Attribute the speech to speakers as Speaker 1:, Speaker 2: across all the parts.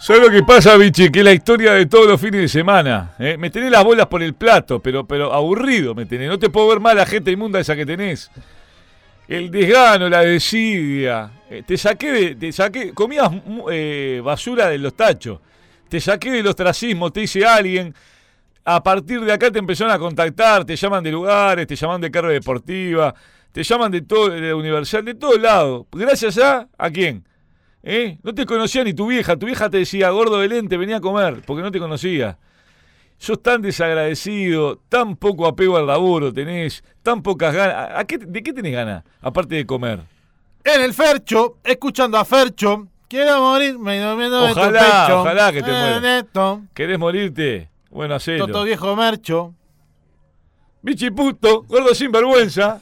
Speaker 1: ¿Sabes lo que pasa, bichi? Que es la historia de todos los fines de semana. ¿eh? Me tenés las bolas por el plato, pero, pero aburrido me tenés. No te puedo ver más la gente inmunda esa que tenés. El desgano, la desidia. Eh, te saqué de. Te saqué, comías mm, eh, basura de los tachos. Te saqué del ostracismo, te hice alguien. A partir de acá te empezaron a contactar, te llaman de lugares, te llaman de carga deportiva, te llaman de todo, de Universal, de todos lados. Gracias a. ¿A quién? ¿Eh? No te conocía ni tu vieja. Tu vieja te decía, gordo de lente, venía a comer, porque no te conocía. Sos tan desagradecido, tan poco apego al laburo tenés, tan pocas ganas. ¿A- a qué- ¿De qué tenés ganas? Aparte de comer.
Speaker 2: En el Fercho, escuchando a Fercho, quiero morirme durmiendo en tu
Speaker 1: Ojalá,
Speaker 2: pecho. Eh,
Speaker 1: ojalá que te mueras.
Speaker 2: Neto,
Speaker 1: ¿Querés morirte? Bueno,
Speaker 2: Toto
Speaker 1: hacelo.
Speaker 2: viejo mercho.
Speaker 1: Bichi puto, gordo sin vergüenza.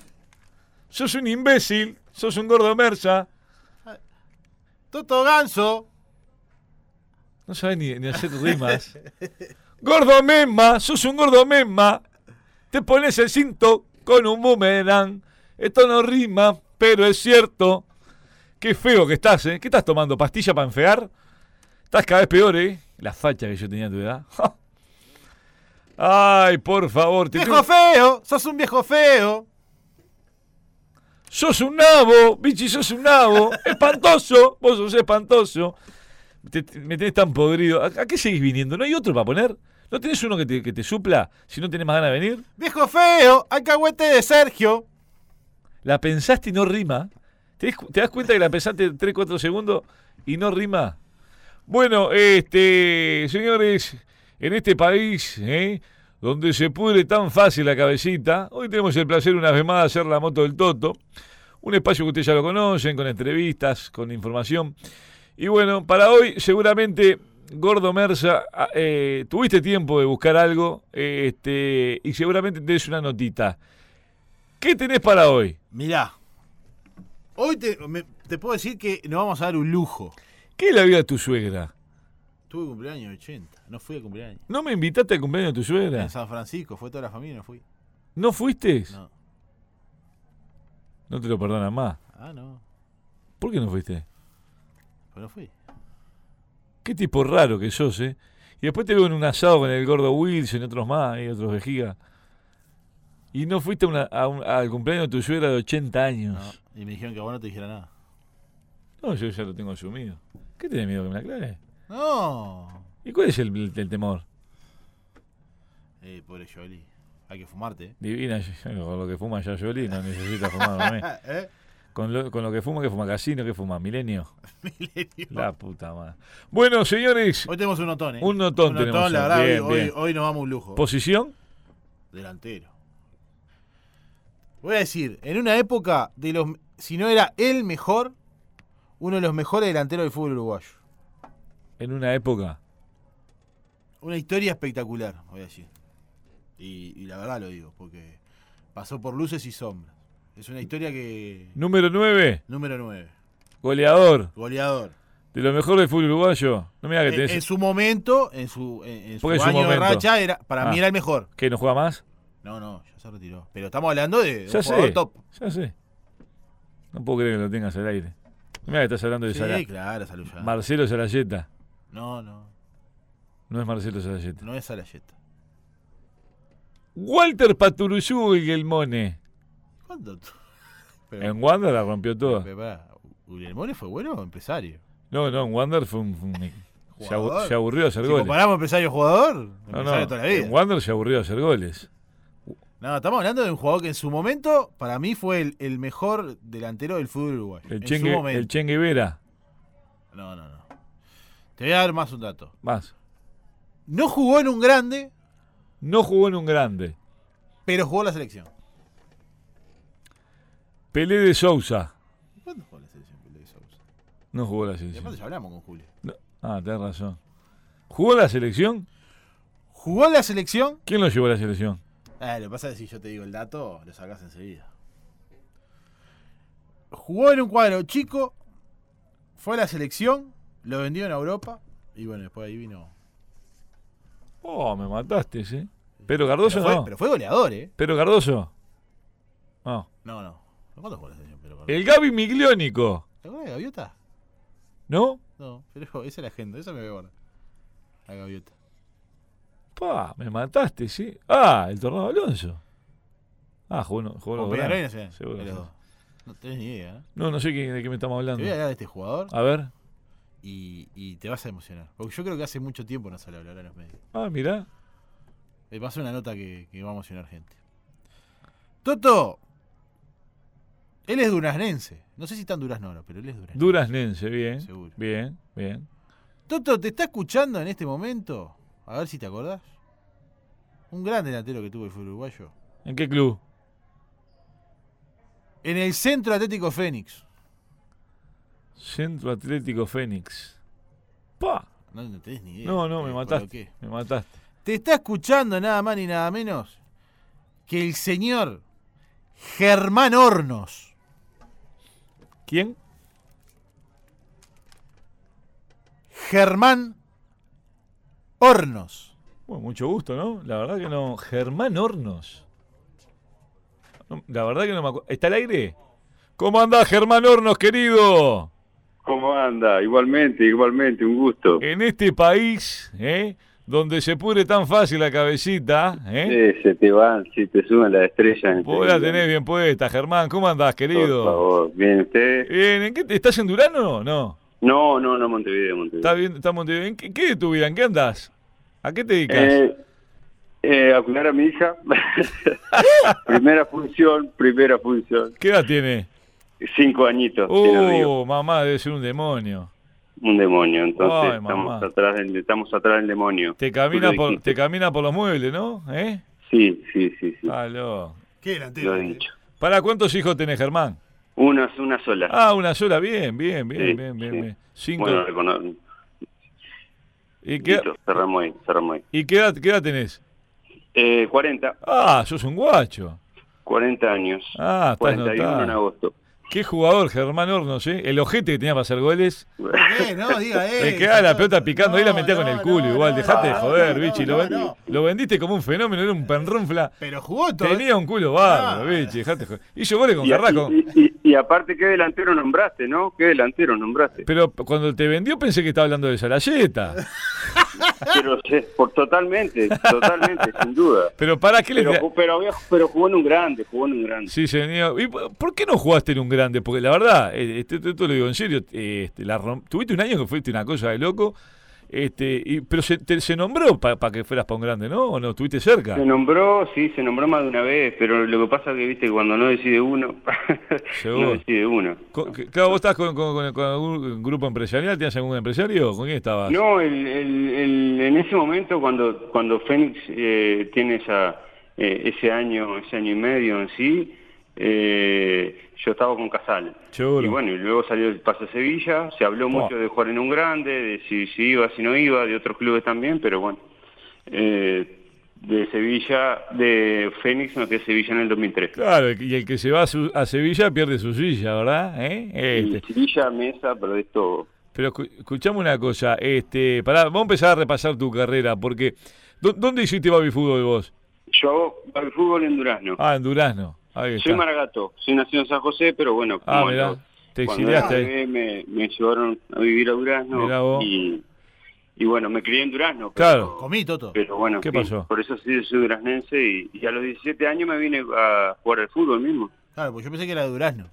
Speaker 1: Sos un imbécil, sos un gordo mersa.
Speaker 2: Toto ganso.
Speaker 1: No sabés ni, ni hacer rimas. gordo mema, sos un gordo mema. Te pones el cinto con un boomerang. Esto no rima, pero es cierto. Qué feo que estás, ¿eh? ¿Qué estás tomando? ¿Pastilla para enfear? Estás cada vez peor, ¿eh? La facha que yo tenía a tu edad. Ay, por favor. te
Speaker 2: Viejo
Speaker 1: tengo-
Speaker 2: feo, sos un viejo feo.
Speaker 1: Sos un nabo, bichi, sos un nabo. Espantoso, vos sos espantoso. Te- te- me tenés tan podrido. ¿A, a qué seguís viniendo? ¿No hay otro para poner? ¿No tenés uno que te, que te supla si no tenés más ganas de venir?
Speaker 2: Viejo feo, alcahuete de Sergio.
Speaker 1: La pensaste y no rima. ¿Te, des cu- te das cuenta que la pensaste 3, 4 segundos y no rima? Bueno, este, señores, en este país, ¿eh? donde se pudre tan fácil la cabecita, hoy tenemos el placer una vez más de hacer la moto del Toto. Un espacio que ustedes ya lo conocen, con entrevistas, con información. Y bueno, para hoy seguramente, Gordo Merza, a- eh, tuviste tiempo de buscar algo eh, este, y seguramente tenés una notita. ¿Qué tenés para hoy?
Speaker 2: Mirá, hoy te, me- te puedo decir que nos vamos a dar un lujo.
Speaker 1: ¿Qué es la vida de tu suegra?
Speaker 2: Tuve cumpleaños 80, no fui al cumpleaños.
Speaker 1: ¿No me invitaste al cumpleaños de tu suegra?
Speaker 2: En San Francisco, fue toda la familia, no fui.
Speaker 1: ¿No fuiste?
Speaker 2: No.
Speaker 1: No te lo perdonan más.
Speaker 2: Ah, no,
Speaker 1: ¿Por qué no fuiste?
Speaker 2: pero no fui.
Speaker 1: Qué tipo raro que sos, ¿eh? Y después te veo en un asado con el gordo Wilson y otros más, y otros vejiga. Y no fuiste a una- a un- al cumpleaños de tu suegra de 80
Speaker 2: No.
Speaker 1: años.
Speaker 2: Y me dijeron que vos no te dijera nada.
Speaker 1: No, yo ya lo tengo asumido. ¿Qué tenés miedo que me la aclare?
Speaker 2: No.
Speaker 1: ¿Y cuál es el, el- el temor?
Speaker 2: Eh, pobre Jolie. Hay que fumarte, eh.
Speaker 1: Divina, con lo que fuma ya Jolie, no necesita fumar. mami.
Speaker 2: ¿Eh?
Speaker 1: Con lo, con lo que fuma, que fuma casino, que fuma milenio.
Speaker 2: Milenio.
Speaker 1: La puta madre. Bueno, señores,
Speaker 2: Hoy tenemos un notón, eh.
Speaker 1: Un notón
Speaker 2: Un
Speaker 1: tenemos
Speaker 2: notón, la
Speaker 1: hoy.
Speaker 2: verdad,
Speaker 1: Bien,
Speaker 2: hoy,
Speaker 1: bien.
Speaker 2: hoy- hoy nos vamos a un lujo.
Speaker 1: posición.
Speaker 2: Delantero. Voy a decir, en una época de los. Si no era el mejor, uno de los mejores delanteros del fútbol uruguayo.
Speaker 1: en una época.
Speaker 2: Una historia espectacular, voy a decir. Y, y la verdad lo digo, porque pasó por luces y sombras. Es una historia que.
Speaker 1: Número 9,
Speaker 2: Número 9.
Speaker 1: goleador,
Speaker 2: Goleador.
Speaker 1: de lo mejor del fútbol uruguayo. No me digas que
Speaker 2: En, en
Speaker 1: tenés.
Speaker 2: su momento, en su, en, en su
Speaker 1: Porque en su
Speaker 2: año de
Speaker 1: momento.
Speaker 2: racha, era, para
Speaker 1: Ah.
Speaker 2: mí era el mejor.
Speaker 1: ¿Que no juega más?
Speaker 2: No, no, ya se retiró. Pero estamos hablando de un
Speaker 1: Ya
Speaker 2: jugador
Speaker 1: sé.
Speaker 2: top.
Speaker 1: Ya sé. No puedo creer que lo tengas al aire. No me digas que estás hablando de
Speaker 2: Sí,
Speaker 1: Sara-
Speaker 2: claro, salud ya.
Speaker 1: Marcelo Sarayeta.
Speaker 2: no, no,
Speaker 1: No es Marcelo Sarayeta.
Speaker 2: no es Salayeta.
Speaker 1: Walter Paturuzú y el Mone.
Speaker 2: ¿Cuándo? tú- Pero,
Speaker 1: En Wander la rompió toda.
Speaker 2: pero pará, ¿Guglielmone fue bueno o empresario?
Speaker 1: No, no, en Wander fue un. fue un- se, abu-
Speaker 2: Jugador.
Speaker 1: se aburrió de hacer
Speaker 2: Si
Speaker 1: goles.
Speaker 2: comparamos empresario-jugador,
Speaker 1: No,
Speaker 2: empresario
Speaker 1: no.
Speaker 2: toda la vida.
Speaker 1: En Wander se aburrió de hacer goles.
Speaker 2: No, estamos hablando de un jugador que en su momento, para mí, fue el, el mejor delantero del fútbol uruguayo.
Speaker 1: El
Speaker 2: en su
Speaker 1: Chengue, el
Speaker 2: momento.
Speaker 1: Chengue Vera.
Speaker 2: No, no, no. Te voy a dar más un dato.
Speaker 1: Más.
Speaker 2: No jugó en un grande,
Speaker 1: No jugó en un grande.
Speaker 2: pero jugó en la selección.
Speaker 1: Pelé de Sousa.
Speaker 2: ¿Cuándo jugó en la selección Pelé de Sousa?
Speaker 1: No jugó la
Speaker 2: Y
Speaker 1: selección.
Speaker 2: aparte ya hablamos con Julio.
Speaker 1: No. Ah, tenés razón. ¿Jugó la selección?
Speaker 2: ¿Jugó en la selección?
Speaker 1: ¿Quién lo llevó a la selección?
Speaker 2: Ah, lo que pasa es que si yo te digo el dato, lo sacás enseguida. Jugó en un cuadro chico, fue a la selección, lo vendió en Europa y bueno, después ahí vino.
Speaker 1: Oh, me mataste, ¿eh? Pero Cardoso
Speaker 2: Pero fue,
Speaker 1: no.
Speaker 2: pero fue goleador, ¿eh?
Speaker 1: Pero Cardoso. No.
Speaker 2: No,
Speaker 1: Eh.
Speaker 2: no. ¿Cuándo jugó en la selección? Pero,
Speaker 1: El Gaby Migliónico,
Speaker 2: ¿Te acuerdas de Gaviota?
Speaker 1: ¿no?
Speaker 2: No, pero esa es la agenda, esa me voy a guardar. La gaviota.
Speaker 1: Pa, me mataste, sí. Ah, el tornado Alonso. Ah, jugó, no- jugó
Speaker 2: Con
Speaker 1: los
Speaker 2: Peñarol y
Speaker 1: Grandes.
Speaker 2: Nacional.
Speaker 1: Seguro.
Speaker 2: de los dos. No tenés ni idea, ¿eh?
Speaker 1: No, no sé qué- de qué me estamos
Speaker 2: Te
Speaker 1: hablando.
Speaker 2: voy a hablar de este jugador
Speaker 1: A ver.
Speaker 2: y, y te vas a emocionar. Porque yo creo que hace mucho tiempo no sale a hablar a los medios.
Speaker 1: Ah, mirá.
Speaker 2: Le paso Eh, una nota que, que va a emocionar gente. Toto. Él es duraznense. No sé si tan durazno ahora, pero él es duraznense.
Speaker 1: Duraznense, bien.
Speaker 2: Seguro.
Speaker 1: Bien, bien.
Speaker 2: Toto, ¿te está escuchando en este momento? A ver si te acordás. Un gran delantero que tuvo el fútbol uruguayo.
Speaker 1: ¿En qué club?
Speaker 2: En el Centro Atlético Fénix.
Speaker 1: Centro Atlético Fénix. Pa.
Speaker 2: No, no tenés ni idea.
Speaker 1: No, no, me
Speaker 2: Te
Speaker 1: mataste.
Speaker 2: coloqué.
Speaker 1: Me mataste.
Speaker 2: Te está escuchando nada más ni nada menos que el señor Germán Hornos.
Speaker 1: ¿Quién?
Speaker 2: Germán Hornos.
Speaker 1: Bueno, mucho gusto, ¿no? La verdad que no. Germán Hornos. No, la verdad que no me acuerdo. ¿Está al aire? ¿Cómo andás, Germán Hornos, querido?
Speaker 3: ¿Cómo anda? Igualmente, igualmente, un gusto.
Speaker 1: En este país, ¿eh? Donde se pudre tan fácil la cabecita, ¿eh?
Speaker 3: Eh, se te van, si te suman las estrellas.
Speaker 1: Vos la
Speaker 3: enseguida.
Speaker 1: tenés bien puesta, Germán. ¿Cómo andás,
Speaker 3: Por
Speaker 1: querido?
Speaker 3: favor, ¿bien usted?
Speaker 1: Bien, ¿en qué, ¿Estás en Durano o no?
Speaker 3: No, no, no, Montevideo,
Speaker 1: ¿Estás
Speaker 3: Montevideo.
Speaker 1: bien? ¿Estás en Montevideo? ¿En qué, qué de tu vida? ¿En qué andás? ¿A qué te dedicas?
Speaker 3: Eh, eh, a cuidar a mi hija. primera función, primera función.
Speaker 1: ¿Qué edad tiene?
Speaker 3: Cinco añitos, tiene el río.
Speaker 1: Oh, mamá, debe ser un demonio.
Speaker 3: un demonio. Entonces
Speaker 1: Ay, mamá.
Speaker 3: estamos atrás, del, estamos atrás del demonio.
Speaker 1: Te camina,
Speaker 3: Tú lo
Speaker 1: por,
Speaker 3: dijiste.
Speaker 1: te Ah, camina por los muebles, ¿no? ¿Eh?
Speaker 3: Sí, sí, sí, sí.
Speaker 1: Aló.
Speaker 2: ¿Qué
Speaker 3: lo
Speaker 2: delantero? este, eh.
Speaker 3: he dicho.
Speaker 1: ¿Para cuántos hijos tenés, Germán?
Speaker 3: Una, una sola.
Speaker 1: Ah, una sola. Bien, bien, bien,
Speaker 3: Sí,
Speaker 1: bien, bien,
Speaker 3: sí.
Speaker 1: bien. Cinco.
Speaker 3: bueno, recono-
Speaker 1: ¿Y, qué,
Speaker 3: listo, cerramos ahí, cerramos ahí.
Speaker 1: y qué edad, qué edad tenés?
Speaker 3: Eh, 40,
Speaker 1: Ah, sos un guacho.
Speaker 3: 40 años.
Speaker 1: Ah, estás
Speaker 3: 41 en
Speaker 1: notado.
Speaker 3: agosto.
Speaker 1: Qué jugador, Germán Hornos, ¿eh? El ojete que tenía para hacer goles.
Speaker 2: Eh, no, diga eso.
Speaker 1: Le quedaba la pelota picando, ahí la
Speaker 2: No,
Speaker 1: metía con
Speaker 2: no,
Speaker 1: el culo
Speaker 2: no,
Speaker 1: igual.
Speaker 2: no,
Speaker 1: Dejate
Speaker 2: no,
Speaker 1: de joder,
Speaker 2: no,
Speaker 1: Vichy.
Speaker 2: no,
Speaker 1: lo,
Speaker 2: no,
Speaker 1: ven-
Speaker 2: no.
Speaker 1: lo vendiste como un fenómeno, era un penrunfla.
Speaker 2: Pero jugó todo.
Speaker 1: Tenía un culo bárbaro,
Speaker 2: ¿eh? Ah.
Speaker 1: Vichy. Dejate de joder. Hizo goles con
Speaker 3: Y,
Speaker 1: Carraco.
Speaker 3: y- y- y aparte, ¿qué delantero nombraste, no? ¿Qué delantero nombraste?
Speaker 1: Pero p- cuando te vendió pensé que estaba hablando de Sarayeta.
Speaker 3: Pero se- por, totalmente, totalmente, sin duda.
Speaker 1: Pero para qué le
Speaker 3: Pero,
Speaker 1: da-
Speaker 3: ju- pero, había- pero jugó en un grande, jugó en un grande.
Speaker 1: Sí, señor. ¿Y po- por qué no jugaste en un grande? Porque la verdad, eh, este, te- te lo digo en serio, eh, este, la rom- tuviste un año que fuiste una cosa de loco, este, y- pero se, te- se nombró para que fueras para un grande, ¿no? ¿O no? ¿Estuviste cerca?
Speaker 3: Se nombró, sí, se nombró más de una vez, pero lo que pasa es que, viste, cuando no decide uno,
Speaker 1: Seguro.
Speaker 3: no decide uno.
Speaker 1: Co- que- Claro, vos estás con, con- con- con algún grupo empresarial, ¿tenías algún empresario? ¿Con quién estabas?
Speaker 3: No, el, el- el- en ese momento cuando cuando Fénix eh, tiene esa eh, ese año ese año y medio en sí, eh, yo estaba con Casal.
Speaker 1: Seguro.
Speaker 3: Y bueno, y luego salió el paso a Sevilla, se habló
Speaker 1: Buah.
Speaker 3: mucho de jugar en un grande, de si, si iba, si no iba, de otros clubes también, pero bueno. Eh, de Sevilla, de Fénix, no que Sevilla en el 2003.
Speaker 1: Claro, y el que se va a, su- a Sevilla pierde su silla, ¿verdad? ¿Eh? Este,
Speaker 3: Y Sevilla, Mesa, pero esto...
Speaker 1: Pero escu- escuchame una cosa, este, pará, vamos a empezar a repasar tu carrera, porque ¿dó- ¿dónde hiciste baby fútbol vos?
Speaker 3: Yo hago el fútbol en Durazno.
Speaker 1: Ah, en Durazno. Ahí
Speaker 3: Soy
Speaker 1: está.
Speaker 3: maragato, soy nacido en San José, pero bueno,
Speaker 1: Ah,
Speaker 3: como
Speaker 1: mirá,
Speaker 3: lo-
Speaker 1: te
Speaker 3: cuando era
Speaker 1: exiliaste ahí.
Speaker 3: bebé me, me llevaron a vivir a
Speaker 1: Mirá
Speaker 3: Durazno
Speaker 1: vos.
Speaker 3: y, y bueno, me crié en Durazno.
Speaker 1: Claro.
Speaker 2: Comí, Toto.
Speaker 3: Pero bueno,
Speaker 1: ¿Qué
Speaker 3: sí,
Speaker 1: pasó?
Speaker 3: por eso sí, soy duraznense y, y a los 17 años me vine a jugar al fútbol mismo.
Speaker 2: Claro, pues yo pensé que era de Durazno.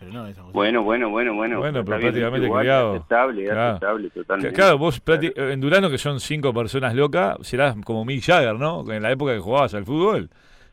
Speaker 2: Pero no, esa cosa.
Speaker 3: Bueno, bueno, bueno, bueno.
Speaker 1: Bueno,
Speaker 3: está
Speaker 1: pero
Speaker 3: bien,
Speaker 1: prácticamente
Speaker 3: igual,
Speaker 1: criado.
Speaker 3: Aceptable,
Speaker 1: Claro.
Speaker 3: aceptable,
Speaker 1: C-
Speaker 3: totalmente.
Speaker 1: Claro, vos prácti- en Durano, que son cinco personas locas, serás como Mick Jagger, ¿no? En la época que jugabas al fútbol.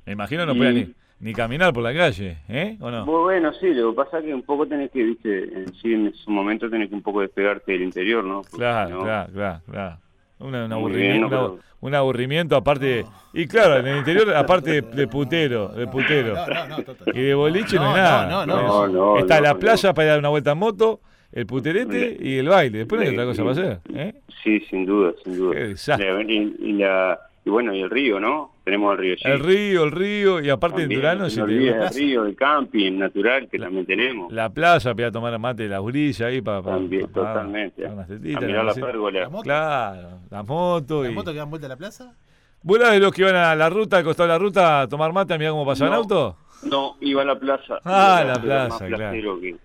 Speaker 1: Me imagino no
Speaker 3: Y-
Speaker 1: podías ni, ni caminar por la calle, ¿eh? ¿O no?
Speaker 3: Bueno, Bueno, sí, lo que pasa es que un poco tenés que, viste, en sí, en su momento tenés que un poco despegarte del interior, ¿no? Porque si
Speaker 1: Claro,
Speaker 3: no-
Speaker 1: claro, claro, claro. Una- un,
Speaker 3: Muy
Speaker 1: aburrimiento,
Speaker 3: bien, no,
Speaker 1: una-
Speaker 3: pero-
Speaker 1: un aburrimiento aparte... Y claro, en el interior, aparte de, de putero, de putero.
Speaker 2: No, no, no, Toto.
Speaker 1: Y de boliche no,
Speaker 2: No,
Speaker 1: es
Speaker 2: no,
Speaker 1: nada.
Speaker 2: no,
Speaker 3: no. No, no,
Speaker 1: Está
Speaker 3: no,
Speaker 1: la
Speaker 3: no.
Speaker 1: playa para ir a dar una vuelta en moto, el puterete y el baile. Después no hay
Speaker 3: Sí,
Speaker 1: otra cosa
Speaker 3: sí.
Speaker 1: para hacer. ¿eh?
Speaker 3: Sí, sin duda, sin duda.
Speaker 1: Qué desastre.
Speaker 3: La- y, y la- y bueno, y el río, ¿no? Tenemos el río. sí.
Speaker 1: El río, el río, y aparte en
Speaker 3: También,
Speaker 1: Durano,
Speaker 3: no
Speaker 1: si
Speaker 3: te
Speaker 1: te
Speaker 3: olvides del río, el camping natural que también tenemos.
Speaker 1: la plaza para ir a tomar mate de la orilla ahí para. para-
Speaker 3: también,
Speaker 1: para-
Speaker 3: totalmente.
Speaker 1: para unas tetitas,
Speaker 3: a mirar
Speaker 1: la
Speaker 3: la
Speaker 1: meseta.
Speaker 3: pérgola.
Speaker 2: La moto.
Speaker 1: Claro, la moto.
Speaker 2: ¿Las
Speaker 1: Y...
Speaker 2: motos que dan vuelta a la plaza?
Speaker 1: ¿Vos eras de los que iban a la ruta, al costado de la ruta, a tomar mate, a mirar cómo pasaba
Speaker 3: No.
Speaker 1: el auto?
Speaker 3: No, iba a la plaza.
Speaker 1: Ah,
Speaker 3: Era
Speaker 1: la
Speaker 3: más
Speaker 1: plaza,
Speaker 3: placero que-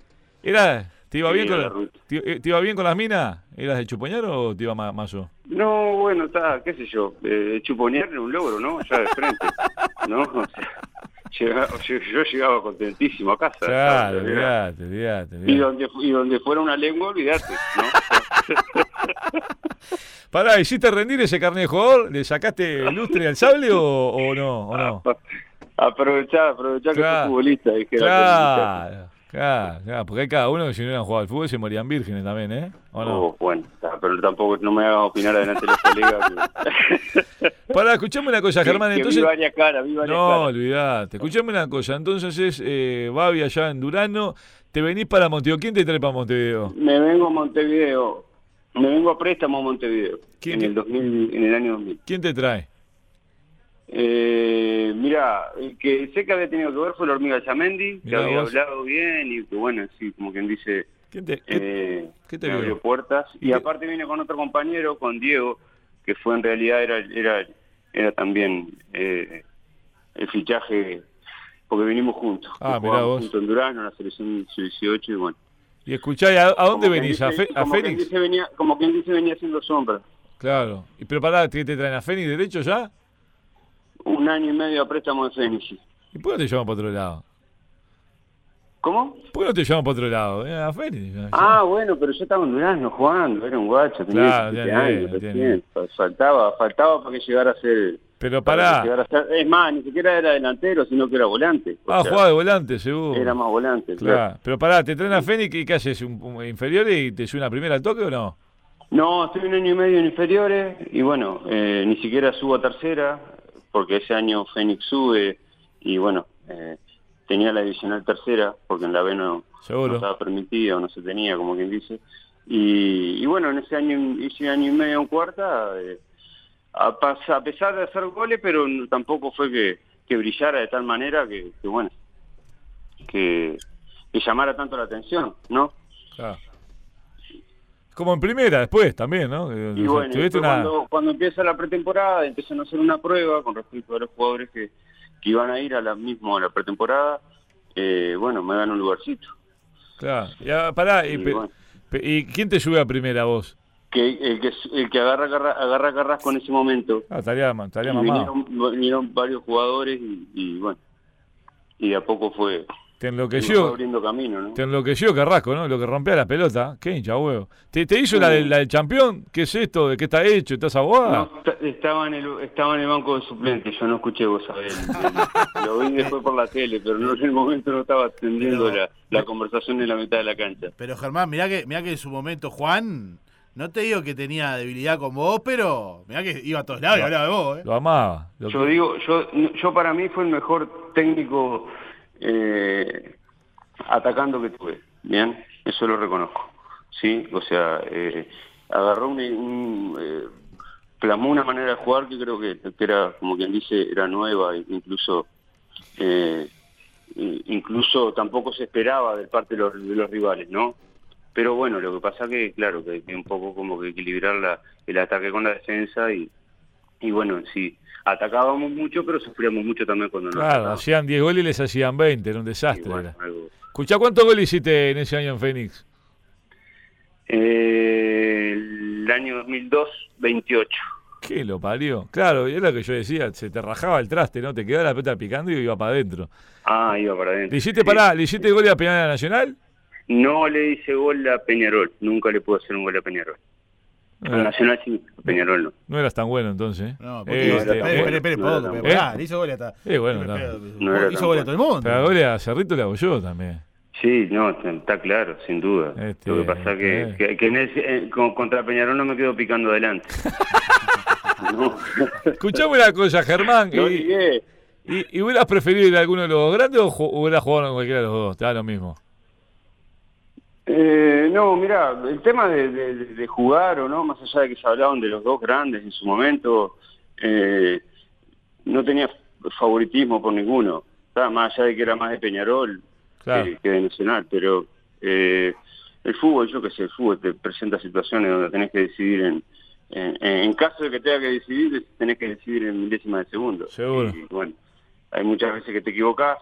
Speaker 1: Era, ¿Te iba, bien con,
Speaker 3: tenía la
Speaker 1: la-
Speaker 3: ruta.
Speaker 1: te, eh, te iba bien con las minas? ¿Eras de Chupoñar o te iba ma- mazo?
Speaker 3: No, bueno, está, qué sé yo, eh, chuponearle un logro, ¿no? Ya de frente, ¿no? O sea, llegaba- yo, yo llegaba contentísimo a casa.
Speaker 1: Claro,
Speaker 3: ¿sabes?
Speaker 1: olvidate, olvidate.
Speaker 3: Y
Speaker 1: olvidate.
Speaker 3: donde, y donde fuera una lengua, olvidate, ¿no?
Speaker 1: Pará, ¿hiciste rendir ese carnet de jugador? ¿Le sacaste lustre al sable o, o no? O no?
Speaker 3: Aprovechar, aprovechar que
Speaker 1: Claro.
Speaker 3: sos futbolista, dijera.
Speaker 1: Claro, claro, claro, porque hay cada uno que si no hubieran jugado al fútbol se morían vírgenes también, ¿eh? ¿O no?
Speaker 3: Oh, bueno, está, pero tampoco no me hagas opinar adelante de los colegas. que-
Speaker 1: Pará, escuchame una cosa,
Speaker 3: que-
Speaker 1: Germán,
Speaker 3: que
Speaker 1: entonces...
Speaker 3: vi varias caras, vi varias
Speaker 1: No,
Speaker 3: caras.
Speaker 1: olvidate. Escuchame una cosa, entonces es eh, Babi allá en Durano, te venís para Montevideo. ¿Quién te trae para Montevideo?
Speaker 3: Me vengo a Montevideo, me vengo a préstamo a Montevideo,
Speaker 1: ¿Quién
Speaker 3: en
Speaker 1: te-
Speaker 3: el, 2000, en el año 2000.
Speaker 1: ¿Quién te trae?
Speaker 3: Eh, mira, el que sé que había tenido que ver fue la hormiga Yamendi, que
Speaker 1: Mirá
Speaker 3: había
Speaker 1: vos.
Speaker 3: hablado bien y que bueno, sí, como quien dice,
Speaker 1: ¿Quién te, qué-
Speaker 3: eh,
Speaker 1: qué te
Speaker 3: me
Speaker 1: vio?
Speaker 3: abrió puertas.
Speaker 1: ¿Y
Speaker 3: Y
Speaker 1: qué-
Speaker 3: aparte vine con otro compañero, con Diego, que fue en realidad era era era también eh, el fichaje, porque vinimos juntos.
Speaker 1: Ah,
Speaker 3: que
Speaker 1: mirá
Speaker 3: jugamos
Speaker 1: vos.
Speaker 3: Juntos en Durán, en la selección 18 y bueno.
Speaker 1: Y escuchá, ¿a, a dónde
Speaker 3: Como quien
Speaker 1: venís? ¿A,
Speaker 3: dice-
Speaker 1: Fe- a
Speaker 3: como quien
Speaker 1: Fénix?
Speaker 3: dice venía- Como quien dice venía haciendo sombra.
Speaker 1: Claro. ¿Y pero pará, ¿qué te traen a Fénix derecho ya?
Speaker 3: Un año y medio a préstamo de Fénix.
Speaker 1: ¿Y por qué no te llevan para otro lado?
Speaker 3: ¿Cómo?
Speaker 1: ¿Por qué no te llevan para otro lado? Eh, a Fénix. ya.
Speaker 3: Ah, bueno, pero yo estaba en Durazno jugando, era un guacho,
Speaker 1: Claro,
Speaker 3: tenía 17
Speaker 1: tiene
Speaker 3: años
Speaker 1: bien,
Speaker 3: recién.
Speaker 1: tiene
Speaker 3: Fa- Faltaba, faltaba para que llegara a ser...
Speaker 1: pero
Speaker 3: para
Speaker 1: pará,
Speaker 3: que llegara a ser- es más, ni siquiera era delantero, sino que era volante. O
Speaker 1: ah,
Speaker 3: sea,
Speaker 1: jugaba de volante, seguro.
Speaker 3: Era más volante,
Speaker 1: Claro.
Speaker 3: claro.
Speaker 1: Pero pará, ¿te traen a Fénix y qué haces? Un, un- ¿Inferiores y te sube una primera al toque o no?
Speaker 3: No, estuve un año y medio en inferiores y bueno, eh, ni siquiera subo a tercera, porque ese año Fénix sube y bueno, eh, tenía la divisional tercera, porque en la B no, no
Speaker 1: Seguro.
Speaker 3: estaba permitida o no se tenía, como quien dice. Y, y bueno, en ese año, ese año y medio en cuarta, eh, a, pas- a pesar de hacer goles, pero n- tampoco fue que, que brillara de tal manera que, que bueno, que, que llamara tanto la atención, ¿no?
Speaker 1: Claro. Como en primera, después también, ¿no? Eh,
Speaker 3: Y bueno, y
Speaker 1: tuviste
Speaker 3: después
Speaker 1: una-
Speaker 3: cuando, cuando empieza la pretemporada, empiezan a hacer una prueba con respecto a los jugadores que, que iban a ir a la mismo a la pretemporada, eh, bueno, me dan un lugarcito.
Speaker 1: Claro. Y, ah, pará, y,
Speaker 3: Y
Speaker 1: pe-
Speaker 3: bueno.
Speaker 1: pe- ¿y quién te sube a primera vos?
Speaker 3: Que el que, el que agarra, agarra, agarra Carrasco en ese momento
Speaker 1: Ah, estaría, ma- estaría
Speaker 3: Y
Speaker 1: mamado.
Speaker 3: vinieron, vinieron varios jugadores y, y bueno, y de a poco fue,
Speaker 1: Te
Speaker 3: fue
Speaker 1: enloqueció,
Speaker 3: abriendo camino, ¿no?
Speaker 1: te enloqueció Carrasco, ¿no? Lo que rompía la pelota. Qué hincha huevo. ¿Te, te hizo la, del- la del campeón? ¿Qué es esto? ¿De qué está hecho? ¿Estás abogada?
Speaker 3: No, esta- estaba, en el, estaba en el banco de suplentes, yo no escuché vos sabés. Lo vi después por la tele, pero no, en el momento no estaba atendiendo
Speaker 2: Pero-
Speaker 3: la, la conversación en la mitad de la cancha.
Speaker 2: Pero Germán, mirá que, mirá que en su momento Juan, no te digo que tenía debilidad con vos, pero mirá que iba a todos lados y
Speaker 1: No.
Speaker 2: hablaba de vos, ¿eh?
Speaker 1: Lo amaba. Lo
Speaker 3: Yo
Speaker 1: que-
Speaker 3: digo, yo, yo para mí fue el mejor técnico eh, atacando que tuve, ¿bien? Eso lo reconozco, ¿sí? O sea, eh, agarró un... un, eh, plasmó una manera de jugar que creo que, que era, como quien dice, era nueva, e incluso... eh, i- incluso tampoco se esperaba de parte de los, de los rivales, ¿no? Pero bueno, lo que pasa que, claro, que hay que un poco como que equilibrar la- el ataque con la defensa y, y bueno, sí, atacábamos mucho, pero sufríamos mucho también cuando nos
Speaker 1: Claro,
Speaker 3: atacaban.
Speaker 1: hacían 10 goles y les hacían 20. Era un
Speaker 3: Y
Speaker 1: desastre.
Speaker 3: bueno,
Speaker 1: era.
Speaker 3: algo-
Speaker 1: Escuchá, ¿cuántos goles hiciste en ese año en Fénix?
Speaker 3: Eh, el año 2002, 28.
Speaker 1: ¿Qué lo parió? Claro, y es lo que yo decía. Se te rajaba el traste, ¿no? Te quedaba la pelota picando y iba para adentro.
Speaker 3: Ah, iba para adentro.
Speaker 1: ¿Le hiciste,
Speaker 3: Sí.
Speaker 1: pará, ¿le hiciste goles a Peñarol Nacional?
Speaker 3: No le hice gol a Peñarol, nunca le pude hacer un gol a Peñarol. A
Speaker 1: Ah.
Speaker 3: Nacional sí, a Peñarol no.
Speaker 1: no eras tan bueno entonces.
Speaker 2: No,
Speaker 1: Eh,
Speaker 2: porque
Speaker 3: no era
Speaker 1: este,
Speaker 3: tan
Speaker 2: espere,
Speaker 1: eh,
Speaker 2: espere, espere,
Speaker 3: no era
Speaker 2: poco,
Speaker 3: tan
Speaker 2: pero
Speaker 1: bueno.
Speaker 2: pará, le hizo gol hasta.
Speaker 1: Eh, bueno,
Speaker 2: pero-
Speaker 1: no.
Speaker 2: pero-
Speaker 3: No era
Speaker 2: hizo
Speaker 3: tan
Speaker 2: gol a todo el mundo.
Speaker 1: Pero ahora a Cerrito le hago yo también.
Speaker 3: Sí, no, está claro, sin duda.
Speaker 1: Este,
Speaker 3: Lo que pasa que,
Speaker 1: eh.
Speaker 3: que, que en ese- eh, con- contra Peñarol no me quedo picando adelante. no,
Speaker 1: Escuchame una cosa, Germán.
Speaker 3: no
Speaker 1: y,
Speaker 3: llegué.
Speaker 1: y- y hubieras preferido ir a alguno de los dos grandes o ju- hubieras jugado en cualquiera de los dos? Te da lo mismo.
Speaker 3: Eh, no, mira, el tema de, de- de- de jugar o no, más allá de que se hablaban de los dos grandes en su momento, eh, no tenía favoritismo por ninguno. Está, más allá de que era más de Peñarol
Speaker 1: Claro.
Speaker 3: que, que de Nacional, pero eh, el fútbol, yo que sé, el fútbol te presenta situaciones donde tenés que decidir en, en, en caso de que tenga que decidir, tenés que decidir en milésimas de segundo.
Speaker 1: Seguro.
Speaker 3: Y, bueno, hay muchas veces que te equivocás,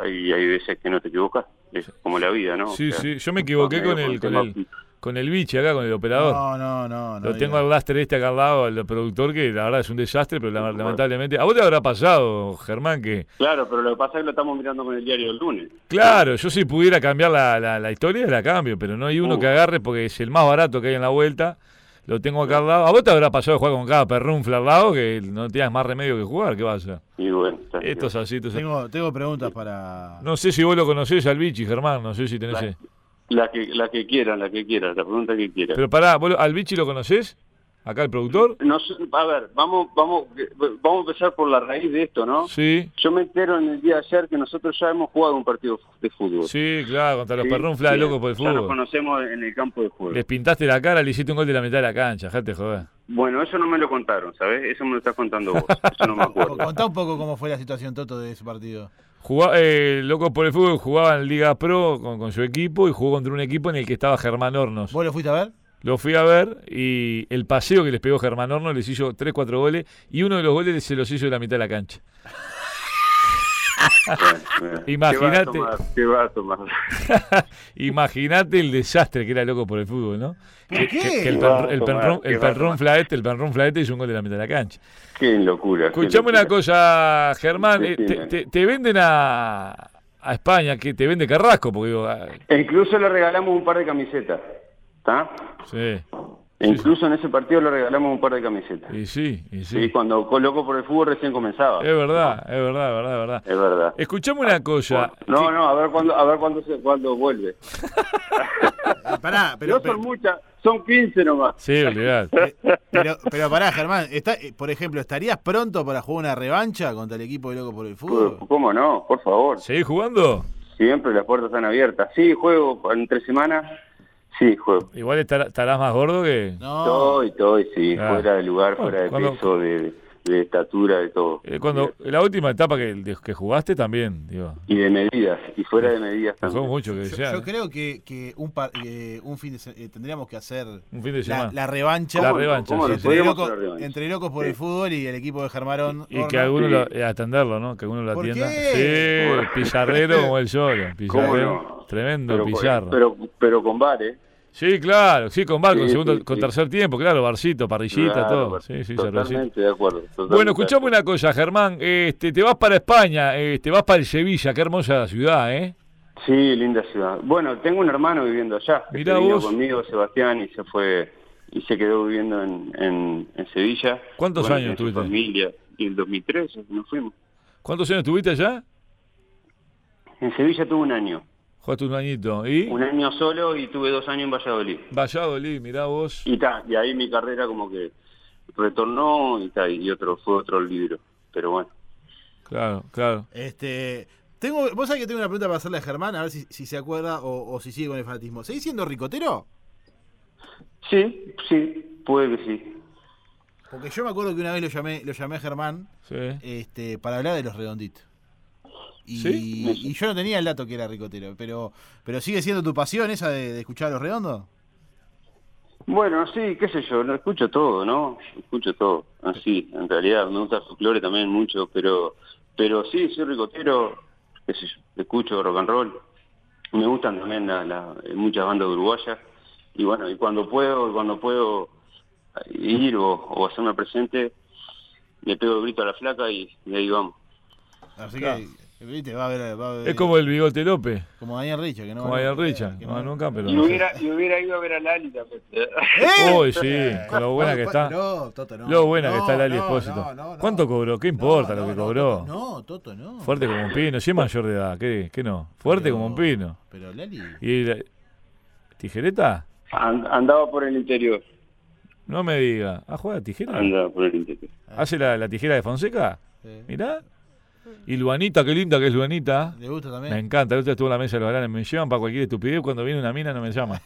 Speaker 3: hay, hay veces que no te equivocás. es como la vida, ¿no?
Speaker 1: Sí,
Speaker 3: O sea,
Speaker 1: sí, yo me equivoqué con
Speaker 3: medio
Speaker 1: el, con
Speaker 3: tema-
Speaker 1: el, con el biche acá, con el operador.
Speaker 2: No, no, no. no
Speaker 1: Lo tengo
Speaker 2: diga.
Speaker 1: al láster este acá al lado, al productor, que la verdad es un desastre, pero la- lamentablemente. A vos te habrá pasado, Germán, que.
Speaker 3: Claro, pero lo que pasa es que lo estamos mirando con el diario del lunes.
Speaker 1: Claro, yo si pudiera cambiar la, la, la historia, la cambio, pero no hay uno
Speaker 3: Uh.
Speaker 1: que agarre porque es el más barato que hay en la vuelta. Lo tengo acá al lado. A vos te habrá pasado de jugar con cada perrunfla al lado que no tenías más remedio que jugar, ¿qué pasa?
Speaker 3: Y bueno, está bien.
Speaker 1: Esto es así, esto es así.
Speaker 2: Tengo, tengo preguntas para.
Speaker 1: No sé si vos lo conocés al bichi, Germán, no sé si tenés.
Speaker 3: Claro. la que, la que quieran, la que quieran, la pregunta que quieran.
Speaker 1: Pero pará, ¿vos lo- al bichi lo conocés? ¿Acá el productor?
Speaker 3: No sé, a ver, vamos, vamos, vamos a empezar por la raíz de esto, ¿no?
Speaker 1: Sí,
Speaker 3: Yo me entero en el día de ayer que nosotros ya hemos jugado un partido de fútbol.
Speaker 1: sí, claro, contra los
Speaker 3: Sí,
Speaker 1: perrunflas de
Speaker 3: sí,
Speaker 1: loco por el
Speaker 3: Ya nos
Speaker 1: fútbol.
Speaker 3: conocemos en el campo de juego.
Speaker 1: Les pintaste la cara, le hiciste un gol de la mitad de la cancha, dejate joder.
Speaker 3: Bueno, eso no me lo contaron, ¿sabes? Eso me lo estás contando vos. Eso no me
Speaker 2: Co-
Speaker 3: acuerdo.
Speaker 2: Contá un poco cómo fue la situación, Toto, de ese partido.
Speaker 1: Jugaba, eh, loco por el fútbol jugaba en Liga Pro con, con su equipo y jugó contra un equipo en el que estaba Germán Hornos.
Speaker 2: ¿Vos lo fuiste a ver?
Speaker 1: Lo fui a ver y el paseo que les pegó Germán Hornos les hizo 3, 4 goles y uno de los goles se los hizo de la mitad de la cancha.
Speaker 3: Bueno,
Speaker 1: Imagínate.
Speaker 3: ¿Qué va a tomar? ¿Qué va a tomar?
Speaker 1: Imagínate el desastre que era loco por el fútbol, ¿no? Que,
Speaker 2: qué?
Speaker 1: que- que el
Speaker 3: Qué va a
Speaker 1: perrón- el
Speaker 3: tomar,
Speaker 1: perrón-
Speaker 3: qué
Speaker 1: el
Speaker 3: va a
Speaker 1: perrón
Speaker 3: tomar.
Speaker 1: flaete, el perrón flaete hizo un gol de la mitad de la cancha.
Speaker 3: Qué locura. qué
Speaker 1: Escuchame
Speaker 3: locura.
Speaker 1: una cosa, Germán, eh, te,
Speaker 3: Decime.
Speaker 1: te- te venden a, a España, que te vende Carrasco, porque digo, ah,
Speaker 3: E incluso le regalamos un par de camisetas. ¿Está?
Speaker 1: sí,
Speaker 3: E incluso en ese partido le regalamos un par de camisetas.
Speaker 1: y sí, y
Speaker 3: Sí,
Speaker 1: sí. Eh,
Speaker 3: cuando Loco por el Fútbol recién comenzaba.
Speaker 1: Es verdad, es verdad, es verdad, es verdad.
Speaker 3: Es verdad.
Speaker 1: Escuchame una cosa.
Speaker 3: No, no, a ver cuándo, a ver cuándo se, cuándo vuelve.
Speaker 2: Eh, Pará, pero.
Speaker 3: no son muchas, son 15 nomás.
Speaker 1: Sí, olvidad.
Speaker 2: pe- Pero, pero pará, Germán, está, eh, por ejemplo, ¿estarías pronto para jugar una revancha contra el equipo de Loco por el Fútbol?
Speaker 3: Pues, ¿Cómo no? Por favor.
Speaker 1: ¿Seguís jugando?
Speaker 3: Siempre las puertas están abiertas. Sí, juego entre semanas. Sí, juego.
Speaker 1: Igual estar- estarás más gordo que...
Speaker 2: No,
Speaker 3: Estoy, estoy, sí.
Speaker 1: Ah.
Speaker 3: Fuera de lugar,
Speaker 1: Bueno,
Speaker 3: fuera de
Speaker 1: cuando-
Speaker 3: peso, de, de estatura, de todo.
Speaker 1: Eh, cuando La última etapa que, que jugaste también, digo.
Speaker 3: Y de medidas, y fuera de medidas
Speaker 1: Te juego
Speaker 3: también.
Speaker 1: mucho que
Speaker 2: yo,
Speaker 1: desear,
Speaker 2: yo
Speaker 1: ¿eh?
Speaker 2: creo que, que un, par- eh, un fin de se- eh, tendríamos que hacer
Speaker 1: Un fin de
Speaker 2: la,
Speaker 1: semana.
Speaker 2: la revancha,
Speaker 1: La
Speaker 3: ¿Cómo no?
Speaker 1: revancha,
Speaker 3: ¿Cómo
Speaker 1: sí, sí.
Speaker 3: no?
Speaker 2: entre,
Speaker 3: Podríamos
Speaker 2: locos,
Speaker 3: hacer la revancha.
Speaker 2: entre Locos por el
Speaker 3: Sí.
Speaker 2: Fútbol y el equipo de Germarón.
Speaker 1: Y que
Speaker 2: Horna.
Speaker 1: alguno
Speaker 3: Sí.
Speaker 1: lo, eh, atenderlo, ¿no? Que alguno lo
Speaker 2: ¿Por
Speaker 1: atienda.
Speaker 2: qué?
Speaker 1: Sí, pizarrero como el solo.
Speaker 3: ¿Cómo
Speaker 1: Pizarrero.
Speaker 3: no?
Speaker 1: Tremendo
Speaker 3: Pero con-
Speaker 1: pizarro.
Speaker 3: Pero, pero con ¿eh? bares.
Speaker 1: Sí, claro, sí, con barco,
Speaker 3: Sí,
Speaker 1: segundo,
Speaker 3: sí,
Speaker 1: con
Speaker 3: sí.
Speaker 1: tercer tiempo, claro, barcito, parrillita,
Speaker 3: Claro,
Speaker 1: todo.
Speaker 3: Bar-
Speaker 1: Sí, sí, cervecita.
Speaker 3: totalmente de acuerdo. totalmente
Speaker 1: Bueno,
Speaker 3: de
Speaker 1: escuchame una cosa, Germán. Este, te vas para España, eh, te vas para el Sevilla, qué hermosa ciudad, ¿eh?
Speaker 3: Sí, linda ciudad. Bueno, tengo un hermano viviendo allá. que
Speaker 1: Mirá
Speaker 3: se vino
Speaker 1: vos.
Speaker 3: conmigo, Sebastián, y se fue y se quedó viviendo en, en, en Sevilla.
Speaker 1: ¿Cuántos
Speaker 3: Bueno,
Speaker 1: años
Speaker 3: con su
Speaker 1: tuviste?
Speaker 3: familia. Y el 2003 nos fuimos.
Speaker 1: ¿Cuántos años tuviste allá?
Speaker 3: En Sevilla tuve un año.
Speaker 1: Jugaste un añito. ¿Y?
Speaker 3: Un año solo y tuve dos años en Valladolid.
Speaker 1: Valladolid, mirá vos.
Speaker 3: Y ta, y ahí mi carrera como que retornó y ta, y otro, fue otro libro. Pero bueno.
Speaker 1: Claro, claro.
Speaker 2: Este, tengo, vos sabés que tengo una pregunta para hacerle a Germán, a ver si, si se acuerda o, o si sigue con el fanatismo. ¿Seguís siendo ricotero?
Speaker 3: Sí, sí, puede que sí.
Speaker 2: Porque yo me acuerdo que una vez lo llamé, lo llamé a Germán
Speaker 1: Sí.
Speaker 2: este, para hablar de los redonditos. Y,
Speaker 1: ¿Sí?
Speaker 2: y yo no tenía el dato que era ricotero, pero, pero sigue siendo tu pasión esa de, de escuchar a los redondos.
Speaker 3: Bueno, sí, qué sé yo, no escucho todo, ¿no? Escucho todo, así, en realidad me gusta el folclore también mucho, pero pero sí, soy ricotero, qué sé yo, escucho rock and roll, me gustan también la- la- muchas bandas uruguayas, y bueno, y cuando puedo, y cuando puedo ir o, o hacerme presente, le pego el grito a la flaca y, y ahí vamos.
Speaker 2: Así
Speaker 1: Claro.
Speaker 2: que, viste, va a haber, va a haber-
Speaker 1: Es como el bigote López,
Speaker 2: como Daniel Richa, que no
Speaker 1: como
Speaker 2: va-
Speaker 1: Ayan Richa.
Speaker 2: que
Speaker 1: No va nunca, pero.
Speaker 3: Y hubiera, y hubiera ido a ver a Lali también.
Speaker 2: ¡Eh!
Speaker 1: Uy, sí, con lo buena que
Speaker 2: No,
Speaker 1: está.
Speaker 2: No, Toto, no.
Speaker 1: Lo buena que
Speaker 2: No,
Speaker 1: está Lali
Speaker 2: no,
Speaker 1: Espósito.
Speaker 2: no, no, no.
Speaker 1: ¿Cuánto cobró? ¿Qué importa lo que
Speaker 2: no,
Speaker 1: cobró?
Speaker 2: Toto, no, Toto, no.
Speaker 1: Fuerte como un pino, si es mayor de edad, ¿qué, qué no? Fuerte
Speaker 2: Pero-
Speaker 1: como un pino.
Speaker 2: Pero Lali.
Speaker 1: ¿Y la- tijereta?
Speaker 3: An- andaba por el interior,
Speaker 1: No me diga. ¿Ah, juega tijera?
Speaker 3: andaba por el interior.
Speaker 1: Ah. ¿Hace la, la tijera de Fonseca?
Speaker 2: eh,
Speaker 1: Mirá. Y Luanita, qué linda que es Luanita.
Speaker 2: ¿Le gusta
Speaker 1: Me
Speaker 2: también?
Speaker 1: encanta, la otra estuvo en la mesa de los grandes, me llevan para cualquier estupidez, cuando viene una mina no me llaman.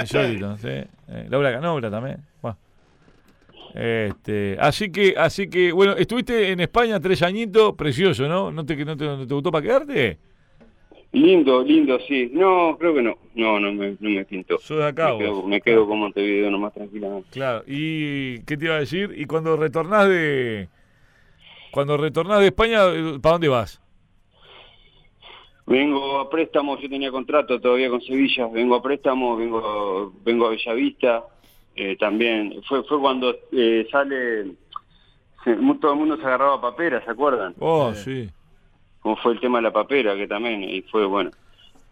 Speaker 1: Insólito, ¿sí? Eh, Laura Canobra también. Bueno. Este, así que, así que, bueno, estuviste en España tres añitos, precioso, ¿no? ¿No te, no te, no te gustó para quedarte?
Speaker 3: Lindo, lindo, sí. No, creo que no. No, no me, no me pintó.
Speaker 1: Soy de acá,
Speaker 3: Me quedo,
Speaker 1: vos.
Speaker 3: me quedo con Montevideo nomás tranquilamente.
Speaker 1: Claro, ¿y qué te iba a decir? Y cuando retornás eh, de. Cuando retornás de España, ¿para dónde vas?
Speaker 3: Vengo a préstamo, yo tenía contrato todavía con Sevilla, vengo a préstamo, vengo, vengo a Bellavista, eh, también. Fue, fue cuando eh, sale, se- mu- todo el mundo se agarraba a papera, ¿se acuerdan?
Speaker 1: Oh, sí.
Speaker 3: Como fue el tema de la papera, que también, y fue bueno.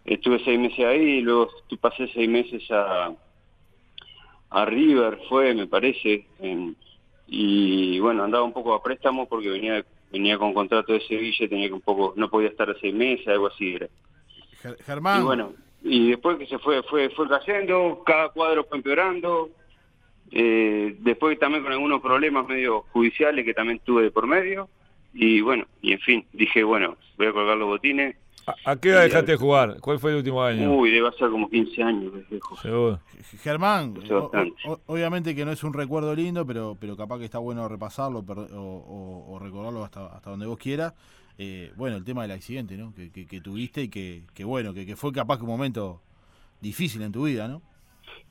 Speaker 3: Estuve seis meses ahí, luego tu- pasé seis meses a, a River, fue, me parece, en- y bueno, andaba un poco a préstamo porque venía venía con contrato de Sevilla, y tenía que un poco, no podía estar seis meses, algo así era.
Speaker 2: Ger-
Speaker 3: Y
Speaker 2: Germán,
Speaker 3: bueno, y después que se fue, fue, fue cayendo, cada cuadro fue empeorando. eh, después también con algunos problemas medio judiciales que también tuve de por medio. Y bueno, y en fin, dije, bueno, voy a colgar los botines.
Speaker 1: ¿A, a qué edad dejaste de jugar? ¿Cuál fue el último año?
Speaker 3: Uy, debe ser como 15 años, que dejo.
Speaker 1: Seguro.
Speaker 2: Germán,
Speaker 3: Hace
Speaker 2: eh, o-
Speaker 3: bastante.
Speaker 2: o- obviamente que no es un recuerdo lindo, pero, pero capaz que está bueno repasarlo per- o, o- o recordarlo hasta, hasta donde vos quieras. Eh, bueno, el tema del accidente, ¿no? Que, que- que tuviste y que, que bueno, que, que fue capaz que un momento difícil en tu vida, ¿no?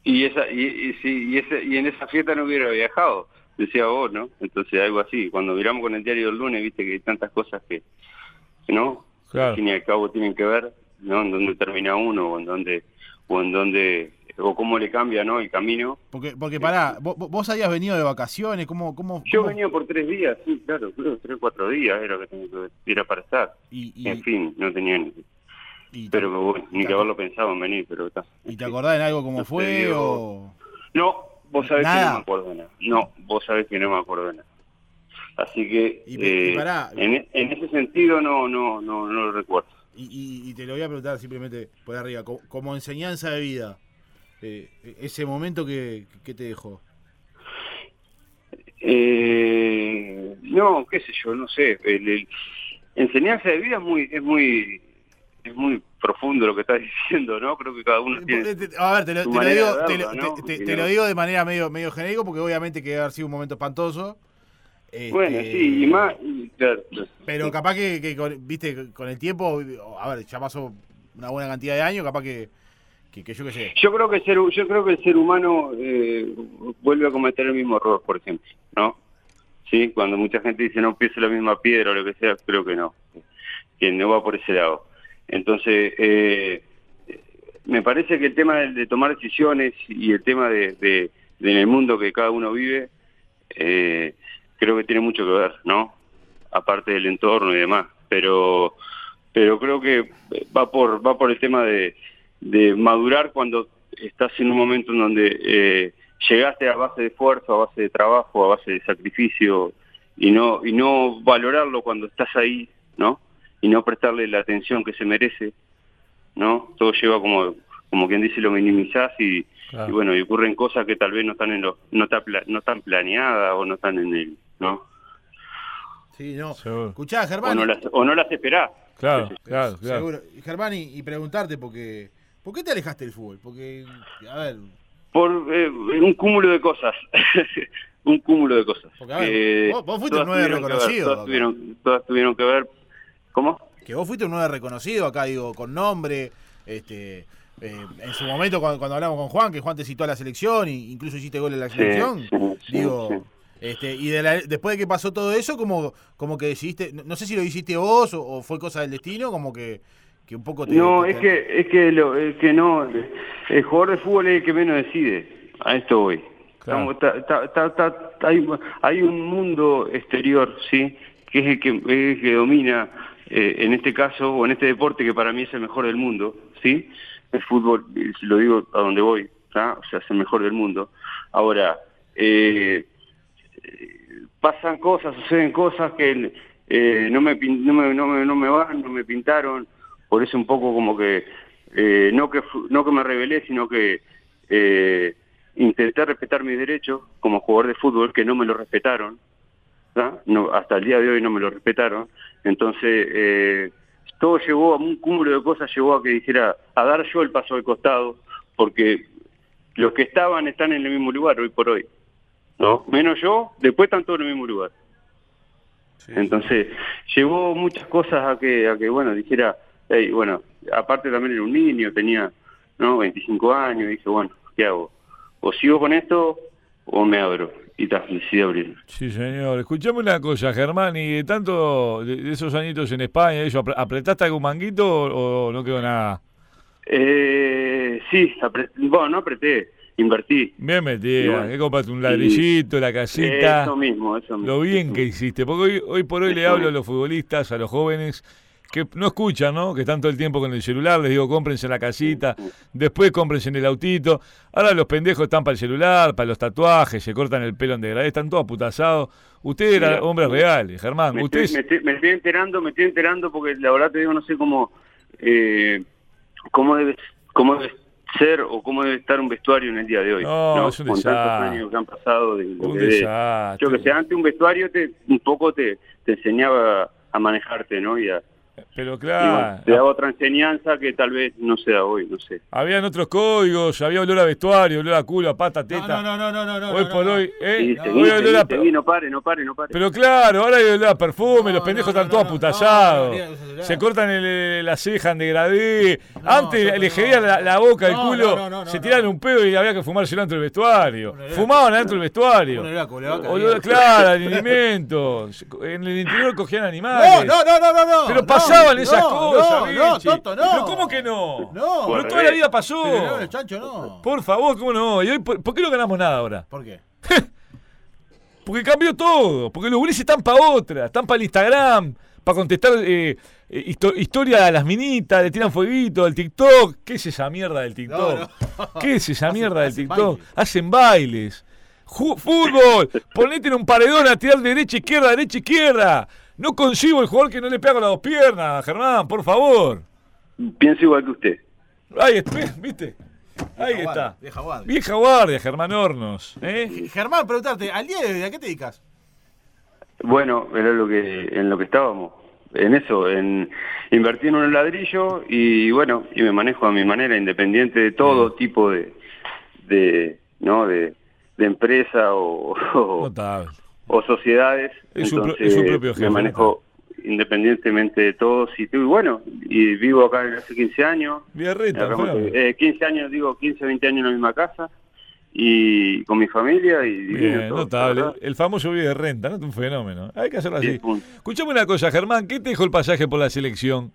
Speaker 3: Y, esa, y, y, sí, y, ese- y en esa fiesta no hubiera viajado, decía vos, ¿no? Entonces algo así. Cuando miramos con el diario del lunes, viste que hay tantas cosas que, ¿no?
Speaker 1: Claro.
Speaker 3: Al fin y al cabo tienen que ver, ¿no? En dónde termina uno, o en dónde, o en dónde, o cómo le cambia, ¿no? El camino.
Speaker 2: Porque, porque pará, vos, vos- vos habías venido de vacaciones, ¿cómo? cómo,
Speaker 3: Yo
Speaker 2: cómo-
Speaker 3: venía por tres días, sí, claro, creo, tres, cuatro días era que tenía que era para estar.
Speaker 2: y, y-
Speaker 3: En fin, no tenía ni,
Speaker 2: y te,
Speaker 3: pero bueno, ni
Speaker 2: te
Speaker 3: que haberlo pensado en venir, pero está.
Speaker 2: ¿Y te acordás de algo como
Speaker 3: No te
Speaker 2: fue?
Speaker 3: digo.
Speaker 2: O...
Speaker 3: No, vos sabés que
Speaker 2: Nada.
Speaker 3: no me acuerdo de nada. No, vos sabés que no me acuerdo de nada. Así que eh,
Speaker 2: Y pe- y pará.
Speaker 3: en, en ese sentido no, no, no, no lo recuerdo.
Speaker 2: Y, y- y te lo voy a preguntar simplemente por arriba, co- como, enseñanza de vida, eh, e- ese momento que, que te dejó.
Speaker 3: Eh, no, qué sé yo, no sé. El, el- enseñanza de vida es muy, es muy, es muy profundo lo que estás diciendo, ¿no? Creo que cada uno tiene.
Speaker 2: Eh, te- A ver, te lo,
Speaker 3: tu
Speaker 2: te lo
Speaker 3: manera
Speaker 2: digo,
Speaker 3: de
Speaker 2: te lo-
Speaker 3: verlo,
Speaker 2: te-
Speaker 3: ¿no?
Speaker 2: te-
Speaker 3: Y
Speaker 2: te lo
Speaker 3: no-
Speaker 2: digo de manera medio, medio genérico porque obviamente que debe haber sido un momento espantoso. Este,
Speaker 3: Bueno, sí, y más, y claro.
Speaker 2: Pero capaz que, que con, viste, con el tiempo, a ver, ya pasó una buena cantidad de años, capaz que, que, que yo qué sé.
Speaker 3: Yo creo que el ser, yo creo que el ser humano eh, vuelve a cometer el mismo error, por ejemplo, ¿no? Sí, cuando mucha gente dice no pienso la misma piedra o lo que sea, creo que no, que no va por ese lado. Entonces, eh, me parece que el tema de, de tomar decisiones y el tema de, de- de en el mundo que cada uno vive, eh, creo que tiene mucho que ver, ¿no? Aparte del entorno y demás, pero pero creo que va por va por el tema de, de madurar cuando estás en un momento en donde eh, llegaste a base de esfuerzo, a base de trabajo, a base de sacrificio y no y no valorarlo cuando estás ahí, ¿no? Y no prestarle la atención que se merece, ¿no? Todo lleva como como quien dice lo minimizás y,
Speaker 1: Claro.
Speaker 3: y bueno, y ocurren cosas que tal vez no están en los no están pla- no están planeadas o no están en el, ¿no?
Speaker 2: Sí, no.
Speaker 1: Seguro.
Speaker 2: Escuchá,
Speaker 3: O
Speaker 2: Germán. eh,
Speaker 3: no las o no las esperás.
Speaker 1: Claro, claro, claro.
Speaker 2: Seguro. Germán, y, y preguntarte, porque, ¿por qué te alejaste del fútbol? Porque, a ver,
Speaker 3: Por eh, un cúmulo de cosas. un cúmulo de cosas.
Speaker 2: Porque, a ver,
Speaker 3: Eh,
Speaker 2: vos- vos fuiste un
Speaker 3: todas
Speaker 2: nueve
Speaker 3: tuvieron que ver,
Speaker 2: reconocido,
Speaker 3: todas
Speaker 2: acá.
Speaker 3: tuvieron, todas tuvieron que ver. ¿Cómo?
Speaker 2: que vos fuiste un nueve reconocido acá, digo, con nombre, este, eh, en su momento cuando, cuando hablamos con Juan, que Juan te citó a la selección, e incluso hiciste gol en la selección,
Speaker 3: sí,
Speaker 2: digo,
Speaker 3: sí.
Speaker 2: este, y de la- después de que pasó todo eso, como, como que decidiste, no, no sé si lo hiciste vos o, o fue cosa del destino, como que, que un poco te...
Speaker 3: No,
Speaker 2: te-
Speaker 3: es que, es que, lo, es que no. El jugador de fútbol es el que menos decide. A esto voy.
Speaker 1: Claro.
Speaker 3: Estamos- ta- ta- ta- ta- hay, hay un mundo exterior, ¿sí? Que es el que, es el que domina, eh, en este caso, o en este deporte que para mí es el mejor del mundo, ¿sí? El fútbol, eh, lo digo a donde voy, ¿tá? O sea, es el mejor del mundo. Ahora, eh, pasan cosas, suceden cosas que eh, no, me, pin- no, me, no, me, no me van, no me pintaron, por eso un poco como que, eh, no, que fu- no que me rebelé, sino que eh, intenté respetar mis derechos como jugador de fútbol, que no me lo respetaron, ¿tá? no, hasta el día de hoy no me lo respetaron, entonces eh, todo llevó a un cúmulo de cosas, llevó a que dijera, a dar yo el paso al costado, porque los que estaban están en el mismo lugar hoy por hoy. ¿no? Menos yo, después están todos en el mismo lugar. Entonces, llevó muchas cosas a que, a que bueno, dijera, "Ey, bueno, aparte también era un niño, tenía, ¿no? 25 años, y dije, bueno, ¿qué hago? O sigo con esto o me abro. y ta, decidí abrirme.
Speaker 1: Sí, señor. Escuchame una cosa, Germán, y de tanto, de, de esos añitos en España, eso, ¿apre- ¿apretaste algún manguito o, o no quedó nada?
Speaker 3: Eh, sí, apre- bueno, no apreté, invertí.
Speaker 1: Bien
Speaker 3: Y
Speaker 1: metida,
Speaker 3: bueno,
Speaker 1: que compraste un
Speaker 3: y-
Speaker 1: ladrillito, la casita.
Speaker 3: Eso mismo, eso mismo.
Speaker 1: Lo bien
Speaker 3: eso
Speaker 1: que
Speaker 3: mismo.
Speaker 1: hiciste, porque hoy, hoy por hoy le
Speaker 3: Eso
Speaker 1: hablo a
Speaker 3: mismo.
Speaker 1: los futbolistas, a los jóvenes, que no escuchan, ¿no? Que están todo el tiempo con el celular, les digo, cómprense la casita, después cómprense en el autito. Ahora los pendejos están para el celular, para los tatuajes, se cortan el pelo en degradé, están todos putazados. Usted era
Speaker 3: Mira,
Speaker 1: hombre real, Germán.
Speaker 3: Me
Speaker 1: Usted
Speaker 3: estoy, me, estoy, me estoy enterando, me estoy enterando porque la verdad te digo, no sé cómo, eh, cómo, debe, cómo debe ser o cómo debe estar un vestuario en el día de hoy.
Speaker 1: No, es un
Speaker 3: Con
Speaker 1: desastre.
Speaker 3: tantos años que han pasado. De, lo
Speaker 1: un
Speaker 3: que-
Speaker 1: desastre.
Speaker 3: Yo que sé, antes un vestuario te, un poco te, te enseñaba a manejarte, ¿no? Y, a-
Speaker 1: Pero
Speaker 3: y bueno,
Speaker 1: claro,
Speaker 3: te daba otra enseñanza que tal vez no se da hoy, no sé.
Speaker 1: habían otros códigos, había olor a vestuario, olor a culo, a pata, teta.
Speaker 2: No, no, no, no, no, no.
Speaker 1: hoy
Speaker 2: no,
Speaker 1: por
Speaker 2: no.
Speaker 1: hoy, ¿eh?
Speaker 3: Y
Speaker 1: Hoy
Speaker 3: seguí,
Speaker 1: olor
Speaker 3: seguí,
Speaker 1: a-
Speaker 3: seguí, no pare, no pare, no pare.
Speaker 1: Pero claro, ahora hay olor a perfume, los
Speaker 2: No,
Speaker 1: pendejos
Speaker 2: no,
Speaker 1: están
Speaker 2: no,
Speaker 1: todos
Speaker 2: no,
Speaker 1: aputazados.
Speaker 2: no, no, no, no, no.
Speaker 1: se cortan el- el- la ceja en degradé.
Speaker 2: No,
Speaker 1: Antes
Speaker 2: no, no,
Speaker 1: le
Speaker 2: no.
Speaker 1: gerían la, la boca, el
Speaker 2: No,
Speaker 1: culo.
Speaker 2: no, no, no,
Speaker 1: se
Speaker 2: no.
Speaker 1: tiraron un pedo y había que fumárselo dentro del vestuario.
Speaker 2: Bueno, era-
Speaker 1: Fumaban adentro del vestuario.
Speaker 2: Bueno, era colevaca,
Speaker 1: Olor,
Speaker 2: bien.
Speaker 1: claro, alimentos. En el interior cogían
Speaker 2: No,
Speaker 1: animales.
Speaker 2: no, no, no, no, no.
Speaker 1: Pero
Speaker 2: no,
Speaker 1: pasaban
Speaker 2: no,
Speaker 1: esas
Speaker 2: no,
Speaker 1: cosas,
Speaker 2: No, no,
Speaker 1: Vinci.
Speaker 2: Toto, no.
Speaker 1: Pero ¿cómo que no?
Speaker 2: No.
Speaker 1: Pero
Speaker 3: Bueno,
Speaker 1: toda
Speaker 3: eh.
Speaker 1: la vida pasó.
Speaker 2: Pero no, el chancho no.
Speaker 1: Por favor, ¿cómo no? ¿Y hoy por, por qué no ganamos nada ahora?
Speaker 2: ¿Por qué?
Speaker 1: Porque cambió todo. Porque los gurises están para otra. Están para el Instagram. Para contestar eh, eh, histo- historia a las minitas. Le tiran fueguito al TikTok. ¿Qué es esa mierda del TikTok?
Speaker 2: No, no.
Speaker 1: ¿Qué es esa
Speaker 2: Hacen-
Speaker 1: mierda del
Speaker 2: hacen
Speaker 1: TikTok?
Speaker 2: bailes.
Speaker 1: Hacen bailes. Ju- fútbol. Ponete en un paredón a tirar derecha, izquierda, derecha, izquierda. No consigo el jugador que no le pega con las dos piernas, Germán, por favor.
Speaker 3: Pienso igual que usted.
Speaker 1: Ahí está, ¿viste? Ahí
Speaker 2: Vieja
Speaker 1: está.
Speaker 2: guardia, vieja guardia.
Speaker 1: Vieja guardia, Germán Hornos. ¿eh?
Speaker 2: Germán, preguntarte, al día de hoy, ¿a qué te dedicas?
Speaker 3: Bueno, era lo que, en lo que estábamos, en eso, en invertir en un ladrillo y bueno, y me manejo a mi manera, independiente de todo
Speaker 1: Mm.
Speaker 3: tipo de, de ¿no? de, de empresa o, o,
Speaker 1: Notable.
Speaker 3: o sociedades.
Speaker 1: Es su pro- es su propio jefe,
Speaker 3: Me manejo independientemente de todos y tú, y bueno, y vivo acá desde hace 15 años,
Speaker 1: Biarreta,
Speaker 3: Acá,
Speaker 1: Fran.
Speaker 3: eh, 15 años, digo, 15, 20 años en la misma casa y con mi familia y divino
Speaker 1: Bien,
Speaker 3: todo,
Speaker 1: notable.
Speaker 3: la verdad.
Speaker 1: El famoso vive de renta, ¿no? Es un fenómeno. Hay que hacerlo así.
Speaker 3: Diez puntos.
Speaker 1: Escuchame una cosa, Germán. ¿Qué te dejó el pasaje por la selección?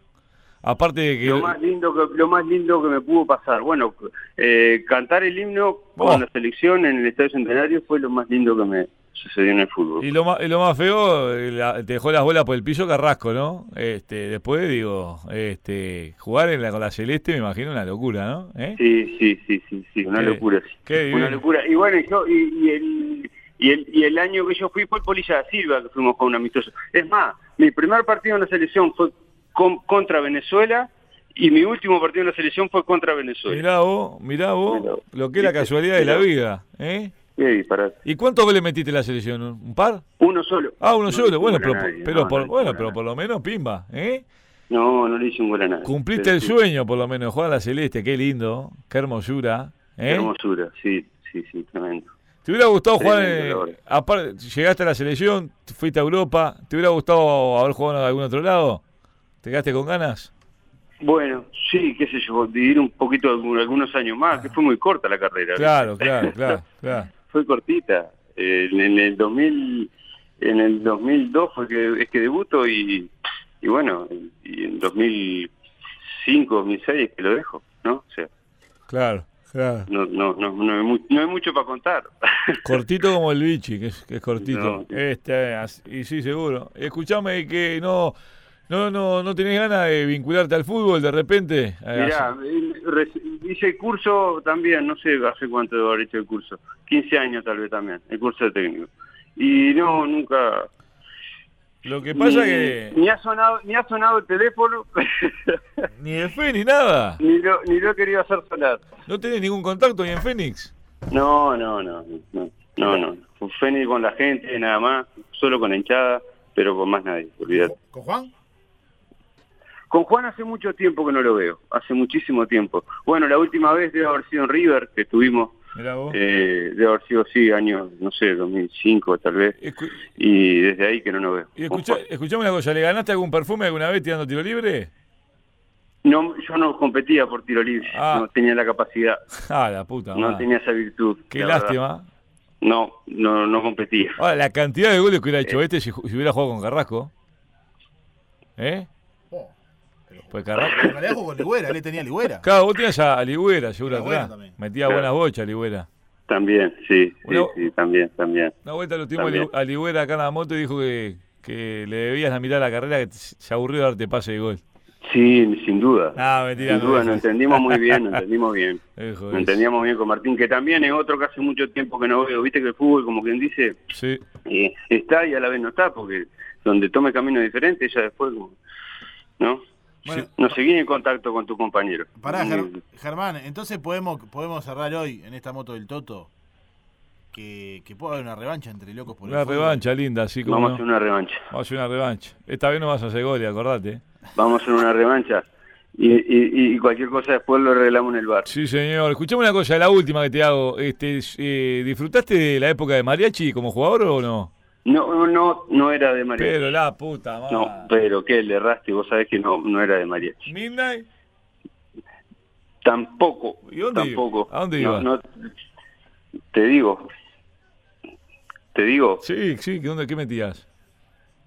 Speaker 1: Aparte de que.
Speaker 3: Lo más lindo que lo más lindo que me pudo pasar. Bueno, eh, cantar el himno con
Speaker 1: Oh.
Speaker 3: la selección en el Estadio Centenario fue lo más lindo que me sucedió en el fútbol.
Speaker 1: Y lo más, y lo más feo, eh, la- te dejó las bolas por el piso Carrasco, ¿no? Este, después digo, este, jugar en la, con la celeste me imagino una locura, ¿no? ¿Eh?
Speaker 3: Sí, sí, sí, sí, sí, una
Speaker 1: Qué-
Speaker 3: locura. sí.
Speaker 1: qué divino.
Speaker 3: una locura. Y bueno, yo y, y el y el, y el año que yo fui fue el Polilla da Silva que fuimos con un amistoso. Es más, mi primer partido en la selección fue con- contra Venezuela y mi último partido en la selección fue contra Venezuela.
Speaker 1: Mirá vos, mirá vos,
Speaker 3: Mirá vos.
Speaker 1: lo que es la
Speaker 3: ¿Viste?
Speaker 1: casualidad de la
Speaker 3: Mirá.
Speaker 1: vida, ¿eh?
Speaker 3: Qué disparate.
Speaker 1: ¿Y cuántos goles metiste en la selección? ¿Un un par?
Speaker 3: Uno solo.
Speaker 1: Ah, uno
Speaker 3: No le
Speaker 1: solo.
Speaker 3: hice
Speaker 1: Bueno,
Speaker 3: un
Speaker 1: pero,
Speaker 3: gol a nadie,
Speaker 1: pero
Speaker 3: no, no le
Speaker 1: por,
Speaker 3: hice
Speaker 1: bueno,
Speaker 3: un gol a
Speaker 1: pero
Speaker 3: nadie.
Speaker 1: por lo menos, pimba, ¿eh?
Speaker 3: No, no le hice un gol a nadie.
Speaker 1: Cumpliste
Speaker 3: Pero
Speaker 1: el
Speaker 3: sí,
Speaker 1: sueño, por lo menos, jugar a la celeste, qué lindo, qué hermosura,
Speaker 3: qué
Speaker 1: ¿eh?
Speaker 3: hermosura, sí, sí, sí, tremendo.
Speaker 1: ¿Te hubiera gustado jugar
Speaker 3: Tremendo
Speaker 1: en-
Speaker 3: logro.
Speaker 1: aparte, llegaste a la selección, fuiste a Europa, ¿te hubiera gustado haber jugado en algún otro lado? ¿Te quedaste con ganas?
Speaker 3: Bueno, sí, qué sé yo, vivir un poquito algún- algunos años más, que fue muy corta la carrera.
Speaker 1: Claro, claro, claro, claro.
Speaker 3: fue cortita. Eh, En, en el 2000, en el 2002 fue que es que debuto y, y bueno, y en 2005, 2006 es que lo dejo, ¿no? O sea,
Speaker 1: Claro, claro.
Speaker 3: no, no, no, no, hay, mu- no hay mucho para contar.
Speaker 1: Cortito como el bichi, que es, que es cortito.
Speaker 3: No.
Speaker 1: Este, as- y sí, seguro. Escuchame que no, no, no, no tenés ganas de vincularte al fútbol de repente. Eh,
Speaker 3: Mirá, eh, reci- hice el curso también, no sé hace cuánto debo haber hecho el curso, 15 años tal vez también, el curso de técnico. Y no, nunca...
Speaker 1: así. Lo que pasa
Speaker 3: ni,
Speaker 1: que
Speaker 3: Ni ha sonado, ni ha sonado el teléfono,
Speaker 1: ni en Fénix ni nada.
Speaker 3: ni, lo, ni lo he querido hacer sonar.
Speaker 1: No tenés ningún contacto ni en Fénix.
Speaker 3: No, no, no, no, no, no. Fue ni con la gente, nada más, solo con la hinchada, pero con más nadie, olvídate.
Speaker 2: ¿Con Juan?
Speaker 3: Con Juan hace mucho tiempo que no lo veo, hace muchísimo tiempo. Bueno, la última vez debe haber sido en River, que estuvimos,
Speaker 1: Mirá vos.
Speaker 3: eh, debe haber sido, sí, años, no sé, 2005 tal vez,
Speaker 1: Escu-
Speaker 3: y desde ahí que no lo veo.
Speaker 1: y
Speaker 3: Con
Speaker 1: escucha-
Speaker 3: Juan.
Speaker 1: escuchame una cosa, ¿le ganaste algún perfume alguna vez tirando tiro libre?
Speaker 3: No, yo no competía por tiro libre,
Speaker 1: Ah.
Speaker 3: no tenía la capacidad,
Speaker 1: Ah, la puta.
Speaker 3: no
Speaker 1: madre.
Speaker 3: tenía esa virtud.
Speaker 1: Qué
Speaker 3: la verdad.
Speaker 1: lástima.
Speaker 3: No, no, no competía.
Speaker 1: Ahora, la cantidad de goles que hubiera
Speaker 3: Eh.
Speaker 1: hecho este si, ju- si hubiera jugado con Carrasco. ¿Eh?
Speaker 2: Oh,
Speaker 1: Pues Carrasco.
Speaker 2: en realidad jugó con Ligüera, él tenía Ligüera.
Speaker 1: Claro, vos tenías a, a Ligüera, seguro
Speaker 2: Ligüera
Speaker 1: atrás.
Speaker 2: también.
Speaker 1: Metía
Speaker 3: Claro.
Speaker 1: buenas bochas, Ligüera.
Speaker 3: También, sí, sí,
Speaker 1: Bueno.
Speaker 3: sí, también, también.
Speaker 1: Una vuelta lo tuvimos a
Speaker 3: También.
Speaker 1: Li- a Ligüera acá en la moto y dijo que, que le debías la mitad de la carrera, que t- se aburrió de darte pase de gol.
Speaker 3: Sí, sin duda.
Speaker 1: Ah, mentira.
Speaker 3: sin duda,
Speaker 1: no
Speaker 3: nos
Speaker 1: es eso.
Speaker 3: entendimos muy bien, nos entendimos bien.
Speaker 1: Eh, joder.
Speaker 3: Nos entendíamos bien con Martín, que también es otro que hace mucho tiempo que no veo. Viste que el fútbol, como quien dice,
Speaker 1: Sí,
Speaker 3: eh, está y a la vez no está, porque donde tome caminos diferentes, ya después, como, ¿no?
Speaker 2: Bueno.
Speaker 3: no seguís en contacto con tu compañero. Mm,
Speaker 2: Pará,
Speaker 3: Muy-
Speaker 2: Ger- Germán, entonces podemos, podemos cerrar hoy en esta moto del Toto que, que pueda haber una revancha entre locos por el
Speaker 1: una
Speaker 2: fútbol.
Speaker 1: revancha linda, así como.
Speaker 3: Vamos a
Speaker 1: no.
Speaker 3: hacer una revancha.
Speaker 1: Vamos a hacer una revancha. Esta vez no vas a hacer goles, acordate. eh.
Speaker 3: Vamos a hacer una revancha. Y, y- y cualquier cosa después lo arreglamos en el bar.
Speaker 1: Sí, señor. Escuchame una cosa, la última que te hago. Este, eh, ¿Disfrutaste de la época de Mariachi como jugador o no?
Speaker 3: No, no, no era de María.
Speaker 1: Pero la puta madre.
Speaker 3: No, pero que le erraste, vos sabés que no, no era de María.
Speaker 1: Midnight.
Speaker 3: Tampoco,
Speaker 1: ¿Y dónde
Speaker 3: tampoco.
Speaker 1: iba? ¿A dónde
Speaker 3: No,
Speaker 1: iba?
Speaker 3: no, te digo, te digo,
Speaker 1: Sí, sí, ¿qué, dónde, qué metías?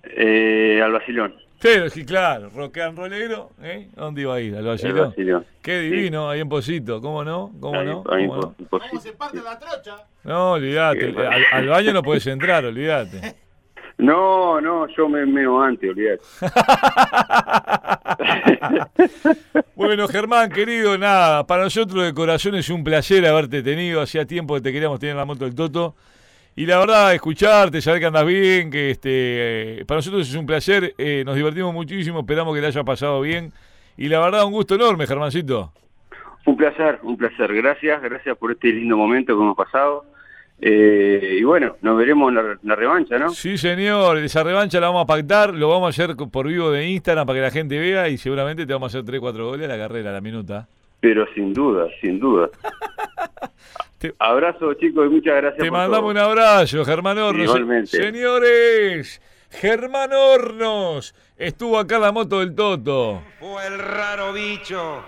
Speaker 3: eh, al Basilón.
Speaker 1: Pero sí, claro, rock and rollero, ¿eh? ¿Dónde iba a ir? ¿Al
Speaker 3: Al
Speaker 1: Basilón?
Speaker 3: Basilón.
Speaker 1: Qué divino, ahí en Posito, ¿cómo no? ¿Cómo
Speaker 3: Ahí-
Speaker 1: no?
Speaker 3: ahí
Speaker 1: ¿Cómo no?
Speaker 3: po- po- sí.
Speaker 2: la trocha?
Speaker 1: No, olvídate.
Speaker 3: Sí, bueno.
Speaker 1: Al, al baño no puedes entrar, olvídate.
Speaker 3: No, no, yo me meo antes, olvidate.
Speaker 1: Bueno, Germán, querido, nada, para nosotros de corazón es un placer haberte tenido. Hacía tiempo que te queríamos tener en la moto del Toto. Y la verdad, escucharte, saber que andas bien, que este, eh, para nosotros es un placer. eh, nos divertimos muchísimo, esperamos que te haya pasado bien. Y la verdad, un gusto enorme, Germancito.
Speaker 3: Un placer, un placer. Gracias, gracias por este lindo momento que hemos pasado. Eh, y bueno, nos veremos en la, en la revancha, ¿no?
Speaker 1: Sí, señor, esa revancha la vamos a pactar, lo vamos a hacer co- por vivo de Instagram para que la gente vea y seguramente te vamos a hacer 3, 4 goles a la carrera, a la minuta.
Speaker 3: Pero sin duda, sin duda.
Speaker 1: Te-
Speaker 3: Abrazo, chicos, y muchas gracias.
Speaker 1: Te
Speaker 3: por todo.
Speaker 1: mandamos un abrazo, Germán Hornos.
Speaker 3: Igualmente.
Speaker 1: Señores, Germán Hornos estuvo acá en la moto del Toto.
Speaker 4: O el raro bicho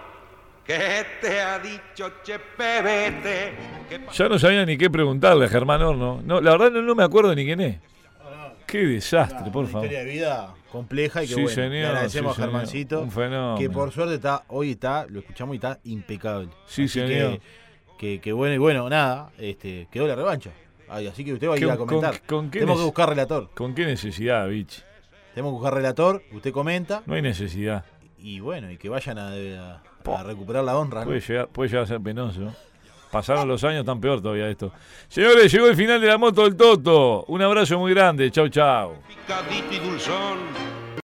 Speaker 4: que te ha dicho Chepe vete. Que pa-
Speaker 1: Ya no sabía ni qué preguntarle a Germán Hornos. No, la verdad no, no me acuerdo ni quién es. Qué desastre, por
Speaker 2: Ah, una
Speaker 1: favor.
Speaker 2: historia de vida compleja y que
Speaker 1: Sí,
Speaker 2: bueno,
Speaker 1: señor,
Speaker 2: le agradecemos
Speaker 1: sí,
Speaker 2: a
Speaker 1: señor.
Speaker 2: Germancito,
Speaker 1: Un fenómeno.
Speaker 2: que por suerte está, hoy está, lo escuchamos y está impecable.
Speaker 1: Sí, señor.
Speaker 2: Que, que, que bueno, y bueno, nada, este, quedó la revancha. Ay, así que usted va a ir
Speaker 1: ¿Con-
Speaker 2: a comentar.
Speaker 1: con- con quién
Speaker 2: Tenemos
Speaker 1: es?
Speaker 2: que buscar relator.
Speaker 1: ¿Con qué necesidad, bitch?
Speaker 2: Tenemos que buscar relator, usted comenta,
Speaker 1: No hay necesidad.
Speaker 2: y bueno, y que vayan a, a- a recuperar la honra. ¿no?
Speaker 1: Puede llegar, puede llegar a ser penoso. Pasaron los años, tan peor todavía esto. Señores, llegó el final de la moto del Toto. Un abrazo muy grande. Chau, chau.
Speaker 4: Picadito y dulzón.